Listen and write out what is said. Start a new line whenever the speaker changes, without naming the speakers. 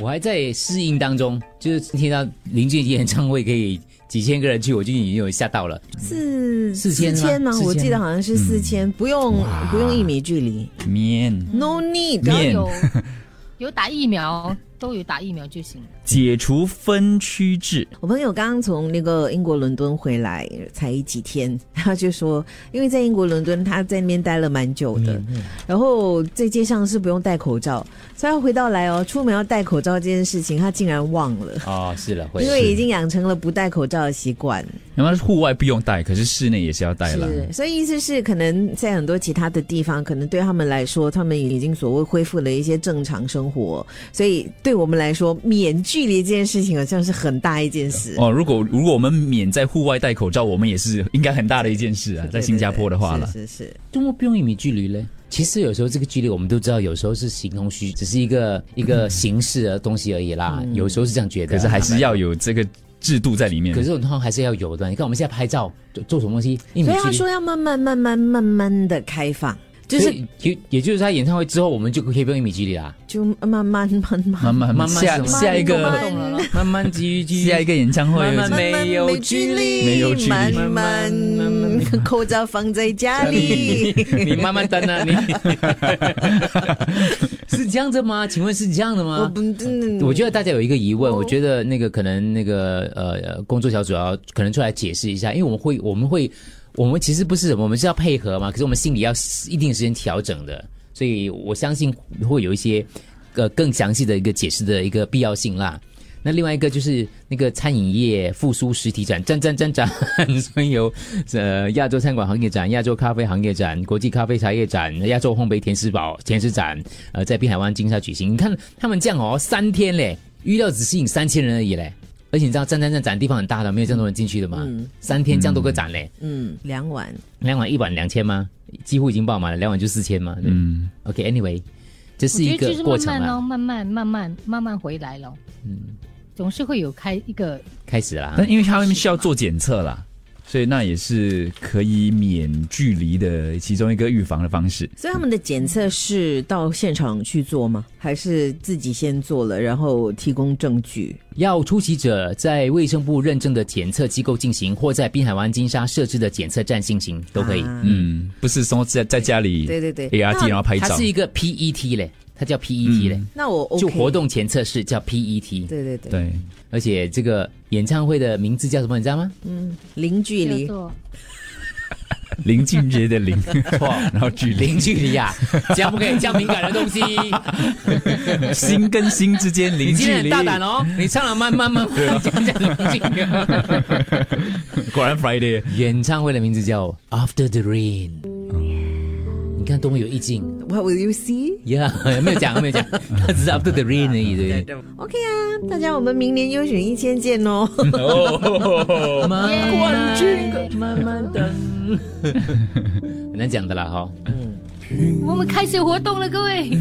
我还在适应当中，就是听到林俊杰演唱会可以几千个人去，我就已经有吓到了。
四
四千吗
吗？
四千嗯
我记得好像是四千，不用不用一米距离
面
，no need。
面
嗯
要有 有打疫苗，都有打疫苗就行了。
解除分区制，
我朋友刚刚从那个英国伦敦回来，才几天，他就说，因为在英国伦敦他在那边待了蛮久的，
嗯
然后在街上是不用戴口罩，所以他回到来哦，出门要戴口罩这件事情，他竟然忘了，
哦，是了，会
因为已经养成了不戴口罩的习惯。
那么户外不用戴，可是室内也是要戴啦。
是，所以意思是，可能在很多其他的地方，可能对他们来说，他们已经所谓恢复了一些正常生活，所以对我们来说，免距离这件事情好像是很大一件事。
哦，如果如果我们免在户外戴口罩，我们也是应该很大的一件事啊，在新加坡的话
了，
了。
是是是，
周末不用一米距离嘞。其实有时候这个距离我们都知道，有时候是形同虚，只是一个一个形式的东西而已啦。有时候是这样觉得，
啊
可是嗯还是要有这个制度在里面。
可是我们通常还是要有的。你看我们现在拍照做做什么东西，一米
所以
距
他
离。
说要慢慢慢慢慢慢的开放，就是
也也就是他演唱会之后，我们就可以不用一米距离啦。
就慢慢慢慢
慢慢
慢慢
下
什么
下一
慢
个
慢
慢慢继续
啊下一个演唱会，
慢慢
慢慢
没有距离
没有距离
慢
慢慢
慢口罩放在家 里。
你慢慢等 啊，你 是这样子吗？请问是这样的
我
吗？
不，嗯
啊我觉得大家有一个疑问，我觉得那个可能那个呃呃工作小组要可能出来解释一下，因为我们会我们会我们其实不是什么，我们是要配合嘛，可是我们心里要一定时间调整的，所以我相信会有一些呃更详细的一个解释的一个必要性啦。那另外一个就是那个餐饮业复苏实体展，展展展 展，所以有呃亚洲餐馆行业展、亚洲咖啡行业展、国际咖啡茶叶展、亚洲烘焙甜食堡甜食展，呃，在滨海湾金沙举行。你看他们这样哦，三天嘞，预料只吸引三千人而已嘞。而且你知道，站站站展地方很大的，没有这么多人进去的嘛。
嗯
三天这样多个展嘞，
嗯，两碗
两晚一晚两千吗？几乎已经爆满了，两晚就四千嘛。嗯
嗯，
，OK，Anyway，、这
我
是一
觉得
个
就是
过
慢
程啊
慢哦
啦，
咯，慢慢慢慢慢慢回来咯。嗯，总是会有开一个
开始啦。
哎
但因为他们需要做检测啦，所以那也是可以免距离的其中一个预防的方式。
所以他们的检测是到现场去做吗？还是自己先做了，然后提供证据？
要出席者在卫生部认证的检测机构进行，或在滨海湾金沙设置的检测站进行，都可以。
啊
嗯，不是说在在家里
对对对
ART
那
然后拍
它
照
是，一个 PET 嘞，它叫 PET 嘞，
那我 OK,
就活动前测试叫 PET。
对对对，
对，
而且这个演唱会的名字叫什么？你知道吗？
零距
叫
离，
做
零俊杰的零，然后距离
零距离啊，这样不可以，这样敏感的东西，
心跟心之间
你
零
今天
距
很
离。
大胆哦，你唱了慢慢慢慢，这样零距离。
果然 Friday
演唱会的名字叫 After the Rain。你看多么有意境
What will you see？
呀！没有讲，没有讲，它只是 After the Rain 而已，对不对？
OK 啊，大家我们明年优选一千件哦。
哦，
冠军，慢慢等，很难讲的啦哈。
我们开始活动了，各位。